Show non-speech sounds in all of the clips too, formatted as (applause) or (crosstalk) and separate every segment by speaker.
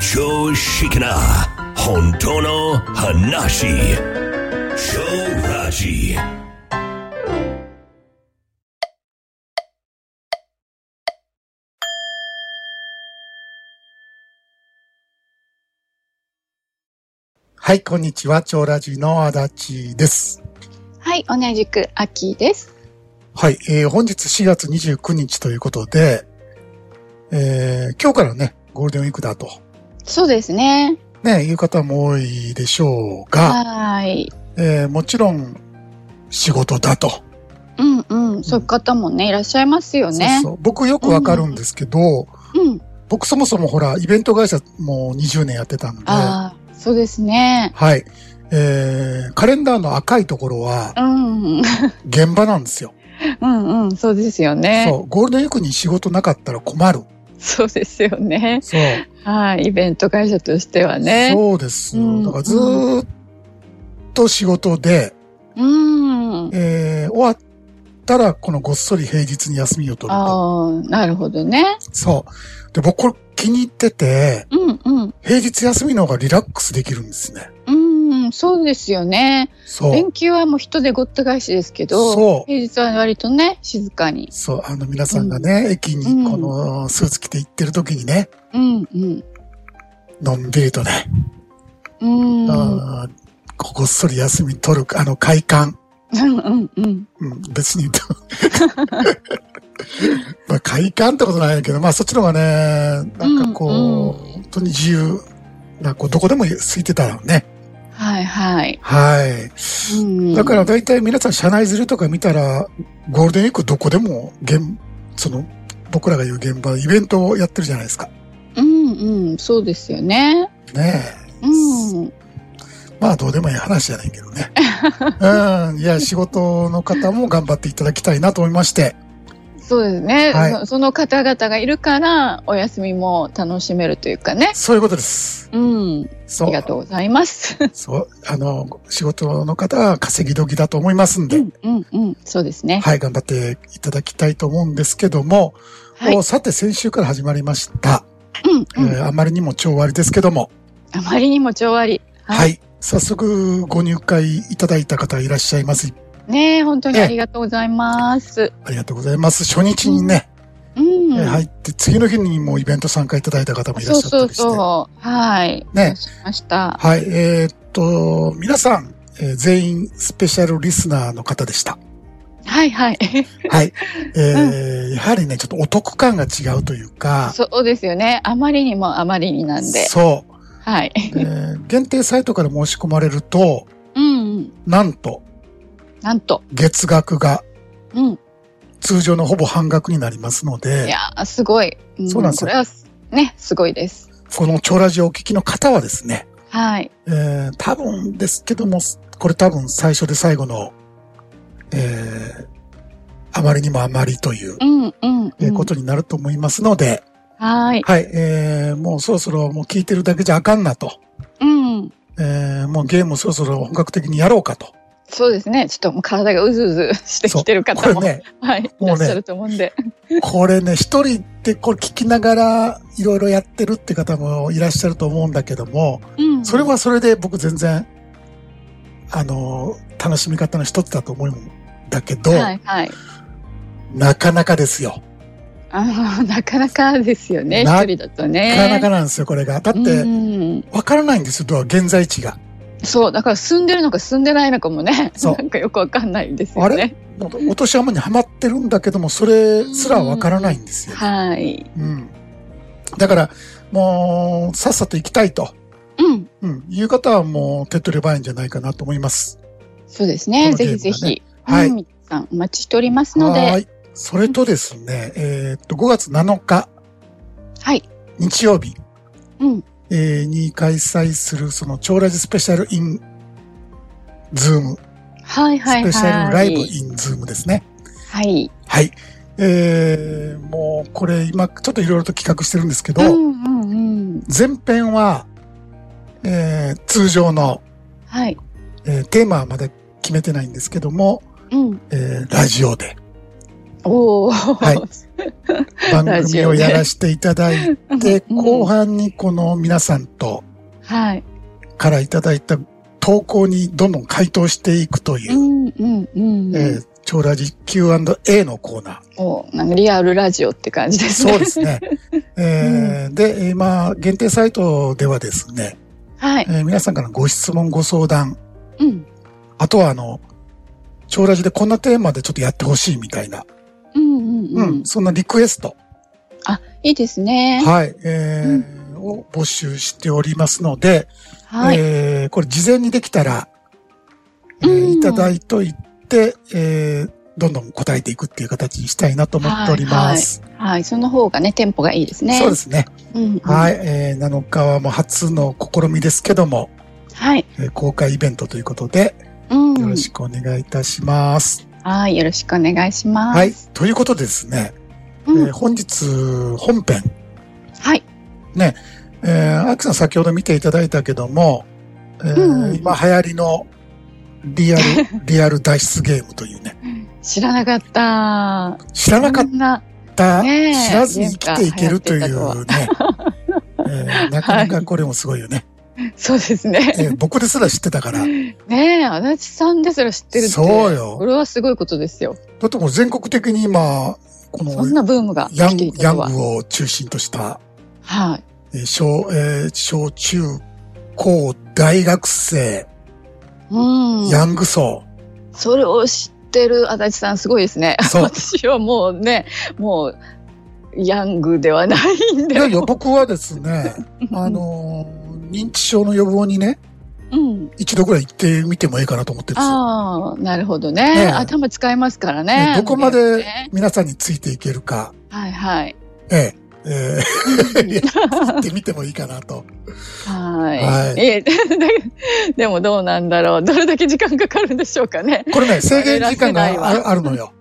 Speaker 1: 常識な本当の話超ラジ
Speaker 2: はい、こんにちは。超ラジの足立です。
Speaker 3: はい、同じく秋です。
Speaker 2: はい、えー本日4月29日ということで、えー今日からね、ゴールデンウィークだと、
Speaker 3: そうですね。
Speaker 2: ね、いう方も多いでしょうが、
Speaker 3: はーい。
Speaker 2: えーもちろん、仕事だと。
Speaker 3: うんうん、そういう方もね、いらっしゃいますよね。
Speaker 2: そうそう僕よくわかるんですけど、
Speaker 3: うん。
Speaker 2: 僕そもそもほら、イベント会社もう20年やってたんで、は
Speaker 3: ああ、そうですね。
Speaker 2: い、えーカレンダーの赤いところは
Speaker 3: うん、うん (laughs)
Speaker 2: 現場なんですよ。
Speaker 3: うん、そうですよ
Speaker 2: そ
Speaker 3: ね。
Speaker 2: う、ゴールデンウィークに仕事なかったら困る。
Speaker 3: そうですよね。
Speaker 2: そう。
Speaker 3: はい、イベント会社としてはね。
Speaker 2: そうです
Speaker 3: う
Speaker 2: よ。
Speaker 3: ん
Speaker 2: だからずーっと仕事で、
Speaker 3: うん。
Speaker 2: えー終わったらこのごっそり平日に休みを取ると。
Speaker 3: ああ、なるほどね。
Speaker 2: そう。で、僕これ気に入ってて、
Speaker 3: うんうん。
Speaker 2: 平日休みの方がリラックスできるんですね。
Speaker 3: うん、そうですよね。
Speaker 2: そう。
Speaker 3: 連休はもう人でごった返しですけど、
Speaker 2: そう。
Speaker 3: 平日は割とね、静かに。
Speaker 2: そう、あの皆さんがね、駅にこのスーツ着て行ってる時にね、
Speaker 3: うんうん。
Speaker 2: のんびりとね、
Speaker 3: うん。うん
Speaker 2: あーここっそり休み取る、あの快感。
Speaker 3: うんうん。
Speaker 2: うん、別に言っても (laughs) まあ、快感ってことないけど、まあ、そっちの方がね、なんかこう、
Speaker 3: うん
Speaker 2: 本当に自由な、こう、どこでも空いてたらね。
Speaker 3: はいはい。
Speaker 2: はい。
Speaker 3: うん
Speaker 2: だから、大体皆さん、社内ずるとか見たら、ゴールデンウィークどこでも、現、その、僕らが言う現場、イベントをやってるじゃないですか。
Speaker 3: うんうん、そうですよね。
Speaker 2: ね
Speaker 3: うん。
Speaker 2: え。まあ、どうでもいい話じゃないけどね。うん。いや、仕事の方も頑張っていただきたいなと思いまして。
Speaker 3: そうですね、
Speaker 2: はい
Speaker 3: そ。その方々がいるから、お休みも楽しめるというかね。
Speaker 2: そういうことです。
Speaker 3: うん。
Speaker 2: そ
Speaker 3: あ
Speaker 2: う
Speaker 3: り。がとうございます。
Speaker 2: (laughs) そう、あの、仕事の方は稼ぎ時だと思いますんで、
Speaker 3: うんうん、そうですね。
Speaker 2: はい、頑張っていただきたいと思うんですけども、
Speaker 3: はい
Speaker 2: お。さて、先週から始まりました。
Speaker 3: うんう
Speaker 2: え
Speaker 3: ん。
Speaker 2: ーあまりにも超割ですけども、
Speaker 3: あまりにも調和り。
Speaker 2: はい、
Speaker 3: い。
Speaker 2: 早速ご入会いただいた方いらっしゃいます。
Speaker 3: ねえ本当にありがとうございます。
Speaker 2: ありがとうございます。初日にね、
Speaker 3: うん。
Speaker 2: えー入って、次の日にもイベント参加いただいた方もいらっ
Speaker 3: そう
Speaker 2: しゃった
Speaker 3: そう
Speaker 2: りして。
Speaker 3: そう。はい。
Speaker 2: ね
Speaker 3: そうしました。
Speaker 2: はい、えーっと、皆さん、えー全員スペシャルリスナーの方でした。
Speaker 3: はいはい。
Speaker 2: はい。
Speaker 3: (laughs)
Speaker 2: えーやはりね、ちょっとお得感が違うというか、
Speaker 3: そうですよね。あまりにもあまりになんで。
Speaker 2: そ。。
Speaker 3: はいう
Speaker 2: えー限定サイトから申し込まれると、
Speaker 3: うんうん。
Speaker 2: なんと
Speaker 3: なんと。
Speaker 2: 月額が
Speaker 3: うん。
Speaker 2: 通常のほぼ半額になりますの
Speaker 3: い
Speaker 2: で、
Speaker 3: やーすごい、う
Speaker 2: そうなんですよ
Speaker 3: これはねすごいです
Speaker 2: この超ラジオをお聞きの方はですね、
Speaker 3: はい
Speaker 2: えー多分ですけども、これ多分最初で最後の、えーあまりにもあまりという、
Speaker 3: うんうん、う
Speaker 2: えー
Speaker 3: ん、
Speaker 2: ことになると思いますので、
Speaker 3: はい
Speaker 2: はい、えーもうそろそろもう聞いてるだけじゃあかんなと、
Speaker 3: うん
Speaker 2: えーもうゲームそろそろ本格的にやろうかと。
Speaker 3: そうですねちょっともう体がうずうずしてきてる
Speaker 2: こ
Speaker 3: 方
Speaker 2: れ
Speaker 3: も、
Speaker 2: ね、
Speaker 3: はいい
Speaker 2: も
Speaker 3: ら
Speaker 2: う
Speaker 3: っ
Speaker 2: ね
Speaker 3: しゃると思うんで、
Speaker 2: これね、一人でこれ聞きながらいろいろやってるって方もいらっしゃると思うんだけども、
Speaker 3: うん、
Speaker 2: それはそれで僕全然、あの、楽しみ方の一つだと思うんだけど、
Speaker 3: はいはい
Speaker 2: なかなかですよ。
Speaker 3: あのなかなかですよね
Speaker 2: な
Speaker 3: 一人だとね
Speaker 2: なかなかなんですよ、これが。だって
Speaker 3: う、ん、
Speaker 2: わからないんですよ、どう現在地が。
Speaker 3: そうだから住んでるのか住んでないのかもね
Speaker 2: そう
Speaker 3: なんかよくわかんないですよね
Speaker 2: もう落とし穴にはまってるんだけども、それすらわからないんですよ。
Speaker 3: はい
Speaker 2: うん。だから、もう、さっさと行きたいと、
Speaker 3: うん
Speaker 2: うん、いう方はもう手っ取り早いんじゃないかなと思います。
Speaker 3: そうですね
Speaker 2: このゲー
Speaker 3: ぜ
Speaker 2: ム
Speaker 3: ひ
Speaker 2: がね
Speaker 3: ぜひ、
Speaker 2: はい
Speaker 3: うん皆さんお待ちしておりますので
Speaker 2: は
Speaker 3: は
Speaker 2: ー
Speaker 3: い、
Speaker 2: い。それとですね、えーっと、5月7日、日曜日、
Speaker 3: うん
Speaker 2: えーに開催する、その、超ラジスペシャルイン、ズーム、
Speaker 3: はいはいはい
Speaker 2: スペシャルライブインズームですね。
Speaker 3: はい
Speaker 2: はい。えー、もう、これ今、ちょっといろいろと企画してるんですけど、
Speaker 3: うんうんうん。
Speaker 2: 前編は、えー通常の、
Speaker 3: はい。
Speaker 2: えーテーマはまだ決めてないんですけども、
Speaker 3: うん。
Speaker 2: えーラジオで、
Speaker 3: おお、
Speaker 2: はい番組をやらせていただいて、
Speaker 3: (laughs) うん
Speaker 2: 後半にこの皆さんと
Speaker 3: はい。
Speaker 2: からいただいた投稿にどんどん回答していくというう、
Speaker 3: んうんうん。
Speaker 2: えー、超ラジ Q&A のコーナー。
Speaker 3: おなんかリアルラジオって感じですね。
Speaker 2: そうです (laughs) ね。えーで、今、限定サイトではですね、
Speaker 3: はい。
Speaker 2: えー皆さんからのご質問、ご相談、
Speaker 3: うん。
Speaker 2: あとはあの、超ラジでこんなテーマでちょっとやってほしいみたいな、
Speaker 3: うんうん
Speaker 2: う
Speaker 3: う
Speaker 2: ん、。
Speaker 3: ん
Speaker 2: そんなリクエスト、
Speaker 3: いいですね。
Speaker 2: はい、えーを募集しておりますので、
Speaker 3: はい。
Speaker 2: えーこれ事前にできたら、えー
Speaker 3: うん
Speaker 2: いただいといて、えーどんどん答えていくっていう形にしたいなと思っております。
Speaker 3: はい。その方がね、テンポがいいですね。。
Speaker 2: そうですすね。
Speaker 3: うん。。
Speaker 2: はいい、えー7日はもう初の試みですけども、
Speaker 3: はい。
Speaker 2: えー公開イベントということで、
Speaker 3: うん。
Speaker 2: よろしくお願いいたします。
Speaker 3: はい。よろしくお願いします。
Speaker 2: はい。。ということでですね、
Speaker 3: う
Speaker 2: えー
Speaker 3: ん。
Speaker 2: 本日本編、
Speaker 3: はい。
Speaker 2: えー、アキさん先ほど見ていただいたけども、えー
Speaker 3: うん
Speaker 2: 今流行りの
Speaker 3: (laughs)
Speaker 2: リアル、リアル脱出ゲームというね、
Speaker 3: 知らなかった。
Speaker 2: 知らなかっ
Speaker 3: こんな
Speaker 2: た、
Speaker 3: ねえ
Speaker 2: 知らずに生きていけるというね、え
Speaker 3: (laughs)
Speaker 2: ーなかなかこれもすごいよね、
Speaker 3: そうですね。
Speaker 2: えー僕ですら知ってたから、
Speaker 3: ねえ、足立さんですら知ってるって。
Speaker 2: そうよ
Speaker 3: これはすごいことですよ。
Speaker 2: だってもう全国的に今、こ
Speaker 3: そ
Speaker 2: の
Speaker 3: んなブームが
Speaker 2: ヤン
Speaker 3: 来てい
Speaker 2: ヤ
Speaker 3: た
Speaker 2: ン
Speaker 3: とは。
Speaker 2: グを中心とした、
Speaker 3: はい。
Speaker 2: えー小、えー小中高大学生、
Speaker 3: うん。
Speaker 2: ヤング層、
Speaker 3: それを知ってる足立さんすごいですね。
Speaker 2: そう
Speaker 3: 私はもうね、もう、ヤングでは (laughs) ないん
Speaker 2: い
Speaker 3: で。
Speaker 2: やいや、僕はですね、あのー認知症の予防にね、
Speaker 3: うん。
Speaker 2: 一度ぐらい行ってみてもいいかなと思ってるんですよ。
Speaker 3: ああ、なるほど
Speaker 2: ね
Speaker 3: ね
Speaker 2: え
Speaker 3: 頭使いますからね
Speaker 2: ね。どこまで
Speaker 3: ね
Speaker 2: 皆さんについていけるか、
Speaker 3: はいはい。
Speaker 2: え (laughs) え、ええ、行ってみてもいいかなと。
Speaker 3: は
Speaker 2: はい
Speaker 3: い。え (laughs) えでもどうなんだろう。どれだけ時間かかるんでしょうかね。
Speaker 2: これね、制限時間がああるのよ。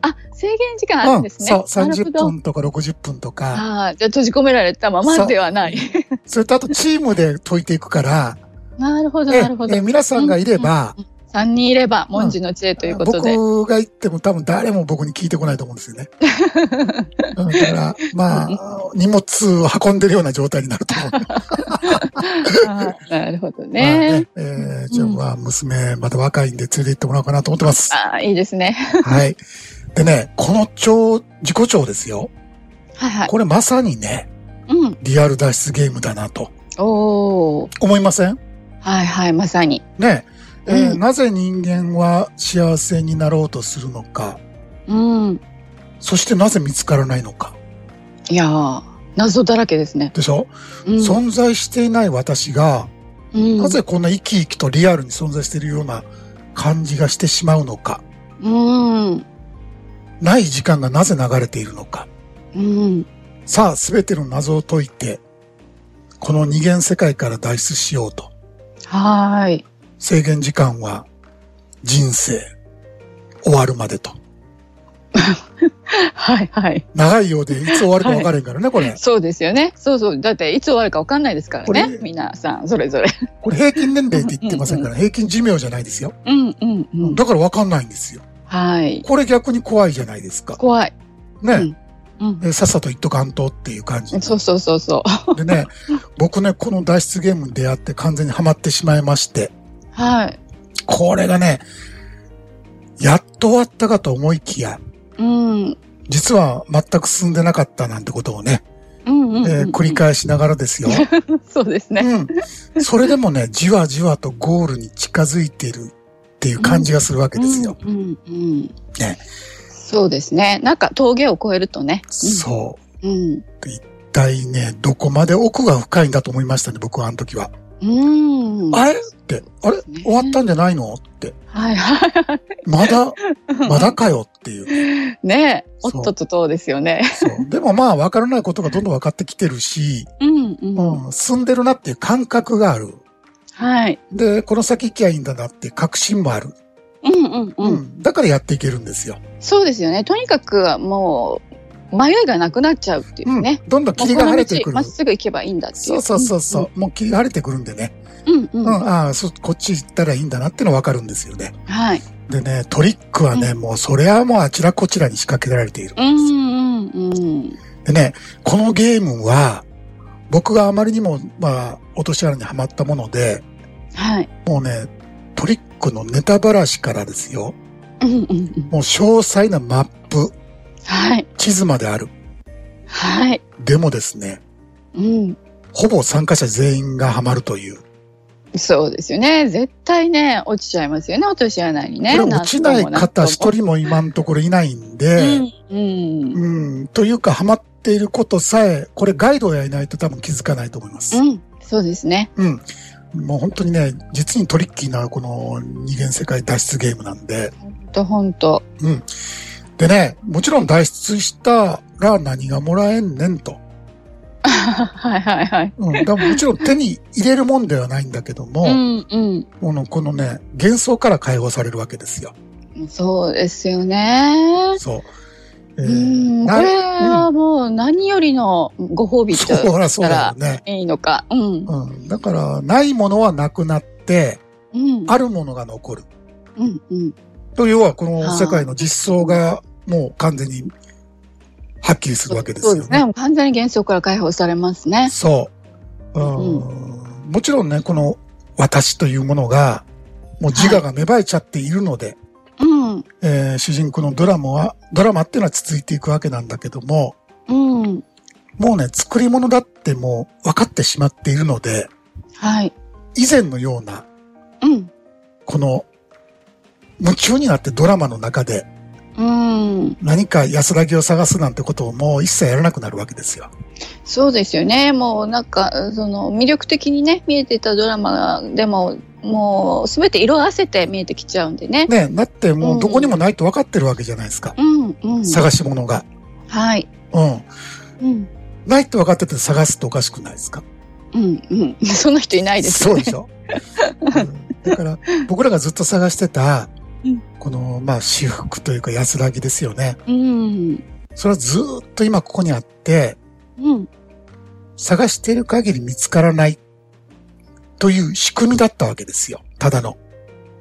Speaker 3: あ、制限時間 (laughs) あるんですね。
Speaker 2: そう、
Speaker 3: なるほ
Speaker 2: 30
Speaker 3: ど。
Speaker 2: 分とか60分とか。
Speaker 3: ああ、じゃあ閉じ込められたままでは (laughs) ない。
Speaker 2: それとあとチームで解いていくから、
Speaker 3: なるほど、
Speaker 2: え
Speaker 3: (laughs) なるほど
Speaker 2: え。皆さんがいれば、
Speaker 3: 3人いれば、文字の知恵ということで。
Speaker 2: 僕が行っても多分誰も僕に聞いてこないと思うんです
Speaker 3: (laughs)
Speaker 2: よね。うんだから、まあ、荷物を運んでるような状態になると
Speaker 3: (laughs)
Speaker 2: 思う。
Speaker 3: あーなるほど
Speaker 2: まあ
Speaker 3: ね。
Speaker 2: えーじゃあ、まあ、娘、まだ若いんで連れて行ってもらおうかなと思ってます。
Speaker 3: ああ、いいですね。
Speaker 2: はい。でね、この蝶、自己蝶ですよ。
Speaker 3: はいはい。
Speaker 2: これまさにね、
Speaker 3: うん。
Speaker 2: リアル脱出ゲームだなと
Speaker 3: おー。
Speaker 2: 思いません
Speaker 3: はいはい、まさに。
Speaker 2: ね。えー
Speaker 3: うん
Speaker 2: なぜ人間は幸せになろうとするのか、
Speaker 3: うん。
Speaker 2: そしてなぜ見つからないのか。
Speaker 3: いやー、謎だらけですね。
Speaker 2: でしょ、
Speaker 3: うん。
Speaker 2: 存在していない私が、
Speaker 3: うん
Speaker 2: なぜこんな生き生きとリアルに存在しているような感じがしてしまうのか。
Speaker 3: うん。
Speaker 2: ない時間がなぜ流れているのか。
Speaker 3: うん。
Speaker 2: さあ、すべての謎を解いて、この二元世界から脱出しようと。
Speaker 3: はーい。
Speaker 2: 制限時間は人生終わるまでと。
Speaker 3: はいはい。
Speaker 2: 長いようでいつ終わるか分かれへんからね、これ。
Speaker 3: そうですよね。そうそう。だって、いつ終わるかわかんないですから
Speaker 2: これ
Speaker 3: ね。皆さん、それぞれ。
Speaker 2: これ平均年齢って言ってませんから、平均寿命じゃないですよ。
Speaker 3: うんうんうん。
Speaker 2: だから分かんないんですよ。
Speaker 3: はい。
Speaker 2: これ逆に怖いじゃないですか。
Speaker 3: 怖い。
Speaker 2: ね。
Speaker 3: うん。
Speaker 2: でさっさと言っとかんとっていう感じ。
Speaker 3: そうそうそうそう。
Speaker 2: でね、僕ね、この脱出ゲームに出会って完全にハマってしまいまして、
Speaker 3: はい。
Speaker 2: これがね、やっと終わったかと思いきや、
Speaker 3: うん。うん
Speaker 2: 実は全く進んでなかったなんてことをね、
Speaker 3: うんうん。
Speaker 2: えー繰り返しながら
Speaker 3: (laughs)
Speaker 2: ですよ。
Speaker 3: そうですね。
Speaker 2: うん。それでもね、じわじわとゴールに近づいているっていう感じがするわけですよ。
Speaker 3: うんうんうん。
Speaker 2: ね
Speaker 3: そうですね。なんか峠を越えるとね。
Speaker 2: そう。
Speaker 3: うん。
Speaker 2: 一体ね、どこまで奥が深いんだと思いましたね、僕はあの時は。
Speaker 3: うん。うん。
Speaker 2: あれって、あれ
Speaker 3: ね
Speaker 2: 終わったんじゃないのって。
Speaker 3: はいは
Speaker 2: まだ、まだかよっていう。
Speaker 3: い。ねえ。お
Speaker 2: そう
Speaker 3: っとっととですよね。 (laughs)
Speaker 2: そう。でもまあ、わからないことがどんどん分かってきてるし、
Speaker 3: うんうん。
Speaker 2: うん、進んでるなっていう感覚がある。
Speaker 3: はい。
Speaker 2: で、この先行きゃいいんだなっていう確信もある。
Speaker 3: うんうんうん。
Speaker 2: だからやっていけるんですよ。
Speaker 3: そうですよね。とにかくもう、迷いがなくなっちゃうっていうね。
Speaker 2: うん、どんどん
Speaker 3: もう
Speaker 2: 霧が晴れて
Speaker 3: こ
Speaker 2: く
Speaker 3: の道ま
Speaker 2: る
Speaker 3: っ。すぐ行けばいいんだっていう。
Speaker 2: そうそうそうそう、もう霧が晴れてくるんでね。
Speaker 3: うんうん。
Speaker 2: うん、
Speaker 3: うん
Speaker 2: ああ、そこっち行ったらいいんだなってのわかるんですよね。
Speaker 3: はい。
Speaker 2: でね、トリックはね、もうそれはもうあちらこちらに仕掛けられている。
Speaker 3: うんうんうん。
Speaker 2: でね、このゲームは、僕があまりにも、まあ、落とし穴にはまったもので、
Speaker 3: はい。
Speaker 2: もうね、トリックのネタばらしからですよ。
Speaker 3: うんうんうん。
Speaker 2: もう詳細なマップ、
Speaker 3: はい。
Speaker 2: 地図まである。
Speaker 3: はい。
Speaker 2: でもですね、
Speaker 3: うん。
Speaker 2: ほぼ参加者全員がハマるという。
Speaker 3: そうですよね。絶対ね、落ちちゃいますよね、落とし穴にね。
Speaker 2: これ落ちない方一人も今のところいないんで、
Speaker 3: うん。うん。
Speaker 2: うん、というかハマっていることさえ、これガイドをやりないと多分気づかないと思います。
Speaker 3: うん。そうですね。
Speaker 2: うん。もう本当にね、実にトリッキーなこの二元世界脱出ゲームなんで。
Speaker 3: ほんとほんと。
Speaker 2: でね、もちろん脱出したら何がもらえんねんと。
Speaker 3: (laughs) はいはいはい。
Speaker 2: うん。だからもちろん手に入れるもんではないんだけど
Speaker 3: う
Speaker 2: も、
Speaker 3: んうん。
Speaker 2: この、このね、幻想から解放されるわけですよ。
Speaker 3: そうですよね。
Speaker 2: そう。え
Speaker 3: う
Speaker 2: ー
Speaker 3: ん。こ
Speaker 2: な
Speaker 3: れはもう何よりのご褒美と
Speaker 2: そうだそうだよね。
Speaker 3: いいのか。うん。
Speaker 2: うん。だから、ないものはなくなって、
Speaker 3: うん。
Speaker 2: あるものが残る。
Speaker 3: うんうん。
Speaker 2: と要は、この世界の実相がもう完全にはっきりするわけです
Speaker 3: そ
Speaker 2: よ
Speaker 3: うですね。もう完全に幻想から解放されますね。
Speaker 2: そう。うん、もちろんね、この私というものが、もう自我が芽生えちゃっているので、
Speaker 3: うん。
Speaker 2: えー主人公のドラマは、ドラマっていうのは続いていくわけなんだけども、
Speaker 3: うん。
Speaker 2: もうね、作り物だってもう分かってしまっているので、
Speaker 3: はい。
Speaker 2: 以前のような、
Speaker 3: うん。
Speaker 2: この、夢中になってドラマの中で
Speaker 3: うん。
Speaker 2: 何か安らぎを探すなんてことをもう一切やらなくなるわけですよ。
Speaker 3: そうですよね。もうなんか、その魅力的にね、見えてたドラマでも、もうすべて色あせて見えてきちゃうんでね。
Speaker 2: ねだってもうどこにもないと分かってるわけじゃないですか。
Speaker 3: うんうん。
Speaker 2: 探し物が。
Speaker 3: はい。
Speaker 2: うん。
Speaker 3: うん。
Speaker 2: ないって分かってて探すとおかしくないですか
Speaker 3: うんうん。そんな人いないです
Speaker 2: そ
Speaker 3: よ
Speaker 2: う
Speaker 3: ね
Speaker 2: で。しょ、うん
Speaker 3: (laughs)
Speaker 2: だから僕らがずっと探してた
Speaker 3: うん、
Speaker 2: この、まあ、私服というか安らぎですよね。
Speaker 3: うん。
Speaker 2: それはずーっと今ここにあって、
Speaker 3: うん。
Speaker 2: 探している限り見つからないという仕組みだったわけですよ。ただの。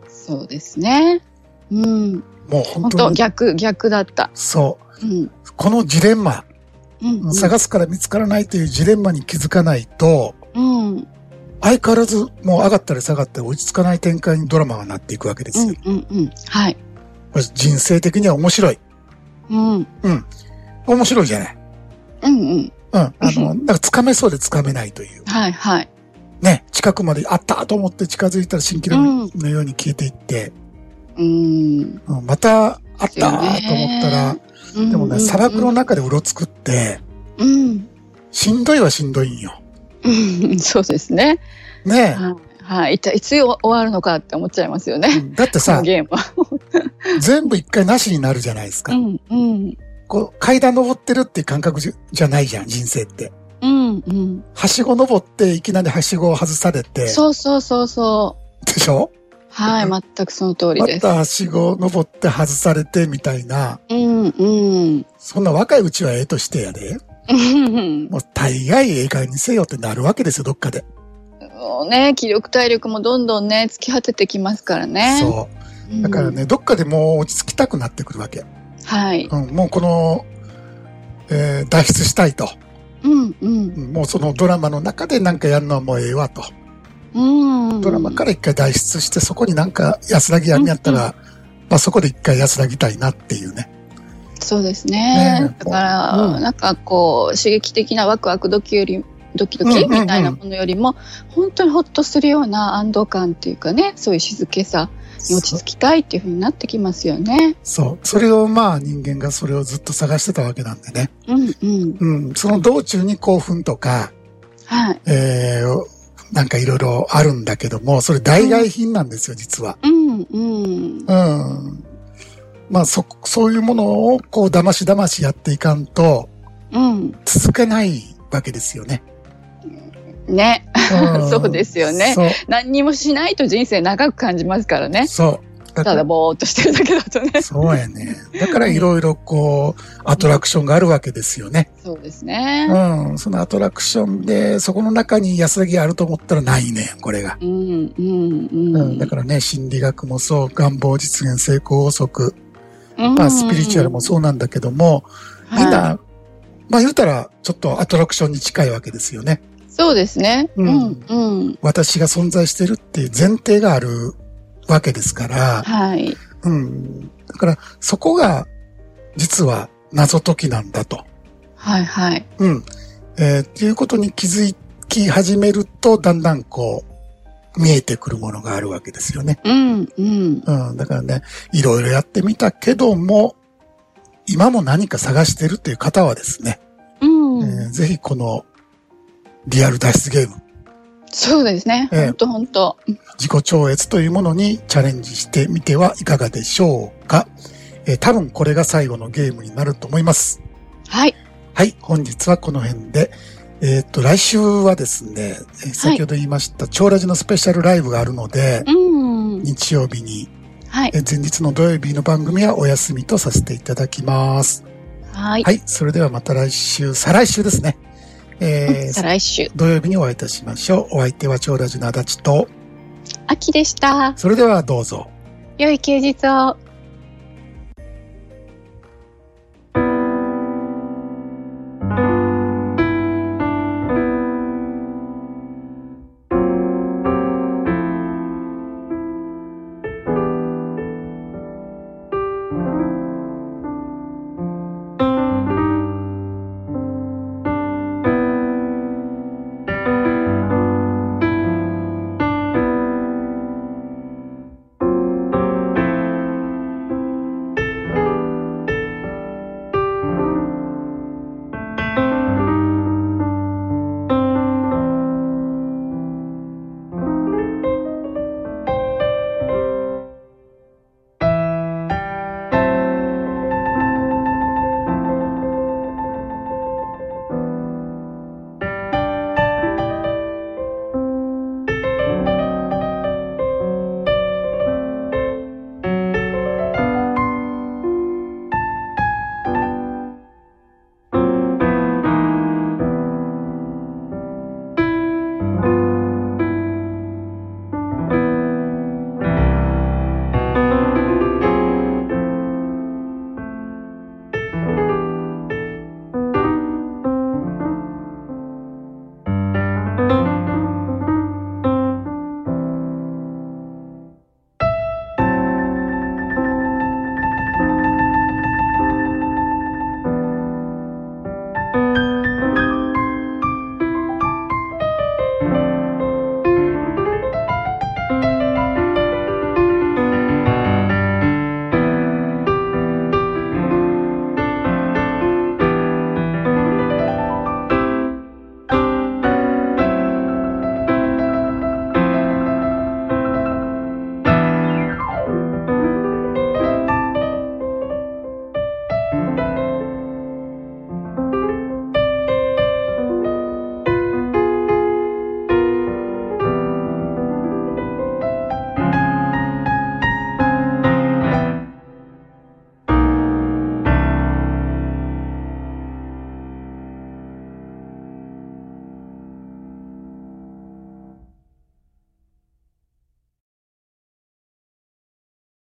Speaker 3: そうですね。うん。
Speaker 2: もう本
Speaker 3: 本
Speaker 2: 当
Speaker 3: 当
Speaker 2: に。
Speaker 3: 逆、逆だった。
Speaker 2: そう。
Speaker 3: うん。
Speaker 2: このジレンマ、
Speaker 3: うん。うん
Speaker 2: 探すから見つからないというジレンマに気づかないと、
Speaker 3: うん。うん。
Speaker 2: 相変わらずもう上がったり下がったり落ち着かない展開にドラマがなっていくわけですよ。
Speaker 3: うん。うん。はい。
Speaker 2: これ人生的には面白い。
Speaker 3: うん。うん。
Speaker 2: 面白いじゃない。
Speaker 3: うん。
Speaker 2: うん。あの、なんか掴めそうで掴めないという。
Speaker 3: はい。はい。
Speaker 2: ね、近くまであったと思って近づいたら新キラのように消えていって、
Speaker 3: うん。
Speaker 2: うんまたあったと思ったら、でも
Speaker 3: うん
Speaker 2: ね、砂漠の。中でうろつくって、
Speaker 3: うん。
Speaker 2: しんどいはしんどいんよ。
Speaker 3: うん (laughs) そうですね。
Speaker 2: ね
Speaker 3: はい、はい、いたいつ終わるのかって思っちゃいますよね。
Speaker 2: だって
Speaker 3: この
Speaker 2: さ、
Speaker 3: ゲームは。
Speaker 2: 全部一回なしになるじゃないですか。
Speaker 3: うん、うん、
Speaker 2: こう階段登ってるっていう感覚じゃじゃないじゃん、人生って。
Speaker 3: うん、うん。
Speaker 2: はしご登っていきなりはしごを外されて、
Speaker 3: そうそうそうそ
Speaker 2: でしょ
Speaker 3: う。はい、全くその通り
Speaker 2: ま
Speaker 3: です。
Speaker 2: たはしご登って外されてみたいな、
Speaker 3: うん、うん。
Speaker 2: そんな若いうちはええとしてやで。
Speaker 3: うん
Speaker 2: もう大概ええ加減にせよってなるわけですよ、どっかで。
Speaker 3: もうね、気力体力もどんどんね、突き果ててきますからね。
Speaker 2: そうう。
Speaker 3: ん
Speaker 2: だから。ね、どっかでもう落ち着きたくなってくるわけ。
Speaker 3: はい。
Speaker 2: うん、もうこの、えー脱出したいと。
Speaker 3: うん、うん、
Speaker 2: うんもうそのドラマの中でなんかやるのはもうええわと。
Speaker 3: うん。
Speaker 2: ドラマから一回脱出して、そこになんか安らぎやるんやったら、まあそこで一回安らぎたいなっていうね。
Speaker 3: そうですね。
Speaker 2: ねえ
Speaker 3: だから、
Speaker 2: うん
Speaker 3: なんかこう、刺激的なワクワクドキより、ドキド
Speaker 2: うん
Speaker 3: キ
Speaker 2: うんうん
Speaker 3: みたいなものよりも、本当にほっとするような安堵感っていうかね、そういう静けさに落ち着きたいっていうふうになってきますよね。
Speaker 2: そう。それをまあ人間がそれをずっと探してたわけなんでね。
Speaker 3: うんうん。
Speaker 2: うん。その道中に興奮とか、
Speaker 3: はい。
Speaker 2: えー、なんかいろいろあるんだけども、それ代替品なんですよ、実は。
Speaker 3: うんうん。
Speaker 2: うん。まあそ、そういうものをこう騙し騙しやっていかんと
Speaker 3: うん。
Speaker 2: 続けないわけですよね。
Speaker 3: ね。
Speaker 2: ん
Speaker 3: そうですよね
Speaker 2: そう。
Speaker 3: 何にもしないと人生長く感じますからね。
Speaker 2: そう。だ
Speaker 3: ただぼーっとしてるだけだとね。
Speaker 2: そうやね。だからいろいろこう、アトラクションがあるわけですよね。
Speaker 3: そうですね。
Speaker 2: うん。そのアトラクションで、そこの中に安らぎあると思ったらないね、これが。
Speaker 3: うん、うん、うん。
Speaker 2: うん。だからね、心理学もそう、願望実現成功法則、
Speaker 3: ら、
Speaker 2: まあスピリチュアルもそうなんだけども、みんな、
Speaker 3: はい
Speaker 2: まあ言うたら、ちょっとアトラクションに近いわけですよね。
Speaker 3: そうですね。
Speaker 2: う
Speaker 3: うんん、うん。
Speaker 2: 私が存在してるっていう前提があるわけですから、
Speaker 3: はい。
Speaker 2: うん。だから、そこが、実は謎解きなんだと。
Speaker 3: はい、はい。
Speaker 2: うん。えーっていうことに気づき始めると、だんだんこう、見えてくるものがあるわけですよね。
Speaker 3: うん、うん。
Speaker 2: うん。だからね、いろいろやってみたけども、今も何か探してるっていう方はですね、
Speaker 3: う
Speaker 2: え
Speaker 3: ん。
Speaker 2: ーぜひこの、リアル脱出ゲーム、
Speaker 3: そうですね。
Speaker 2: ええ
Speaker 3: ほんとほんと。
Speaker 2: 自己超越というものにチャレンジしてみてはいかがでしょうか。えー多分これが最後のゲームになると思います。
Speaker 3: はい。
Speaker 2: はい、本日はこの辺で。えーっと、来週はですね、えー先ほど言いました、超ラジのスペシャルライブがあるので、
Speaker 3: うん。
Speaker 2: 日曜日に、
Speaker 3: はい
Speaker 2: え。ー前日の土曜日の番組はお休みとさせていただきます。
Speaker 3: はい。
Speaker 2: はい、それではまた来週、再来週ですね。えー
Speaker 3: 再来週、
Speaker 2: 土曜日にお会いいたしましょう。お相手は超ラジの足立と、
Speaker 3: 秋でした。
Speaker 2: それではどうぞ。
Speaker 3: 良い休日を。